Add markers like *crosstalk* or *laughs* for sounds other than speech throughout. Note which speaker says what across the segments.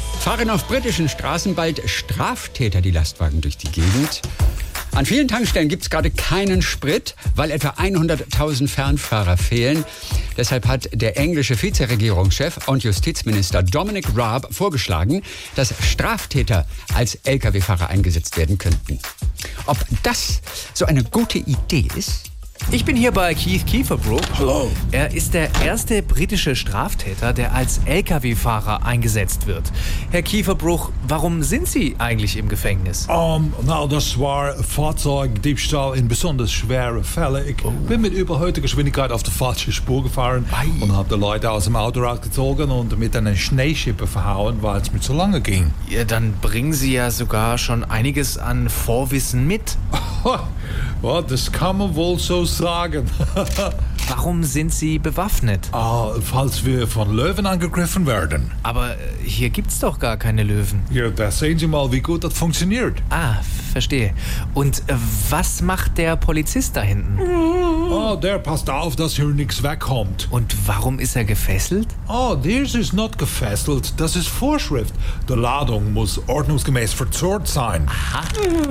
Speaker 1: fahren auf britischen Straßen bald Straftäter die Lastwagen durch die Gegend. An vielen Tankstellen gibt es gerade keinen Sprit, weil etwa 100.000 Fernfahrer fehlen. Deshalb hat der englische Vizeregierungschef und Justizminister Dominic Raab vorgeschlagen, dass Straftäter als Lkw-Fahrer eingesetzt werden könnten. Ob das so eine gute Idee ist?
Speaker 2: Ich bin hier bei Keith Kieferbrook.
Speaker 3: Hallo.
Speaker 2: Er ist der erste britische Straftäter, der als Lkw-Fahrer eingesetzt wird. Herr Kieferbrook, warum sind Sie eigentlich im Gefängnis?
Speaker 3: Ähm, nou, das war Fahrzeugdiebstahl in besonders schweren Fällen. Ich bin mit überhöhter Geschwindigkeit auf die falsche Spur gefahren und habe die Leute aus dem Auto rausgezogen und mit einem Schneeschippe verhauen, weil es mir zu lange ging. *laughs*
Speaker 2: Ja, dann bringen Sie ja sogar schon einiges an Vorwissen mit.
Speaker 3: Ha, ja, das kann man wohl so sagen.
Speaker 2: Warum sind Sie bewaffnet?
Speaker 3: *laughs* Ah, falls wir von Löwen angegriffen werden.
Speaker 2: Aber äh, hier gibt's doch gar keine Löwen.
Speaker 3: Ja, da sehen Sie mal, wie gut das funktioniert.
Speaker 2: Ah, verstehe. Und äh, was macht der Polizist da hinten?
Speaker 3: Oh, der passt auf, dass hier nichts wegkommt.
Speaker 2: Und warum ist er gefesselt?
Speaker 3: Oh, this is not gefesselt. Das ist Vorschrift. Die Ladung muss ordnungsgemäß verzurrt sein.
Speaker 2: Ha?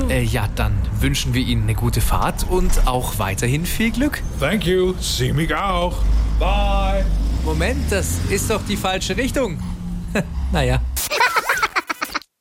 Speaker 2: Äh, ja, dann wünschen wir Ihnen eine gute Fahrt und auch weiterhin viel Glück.
Speaker 3: Thank you. Sieh mich auch. Bye.
Speaker 2: Moment, das ist doch die falsche Richtung. *laughs* naja.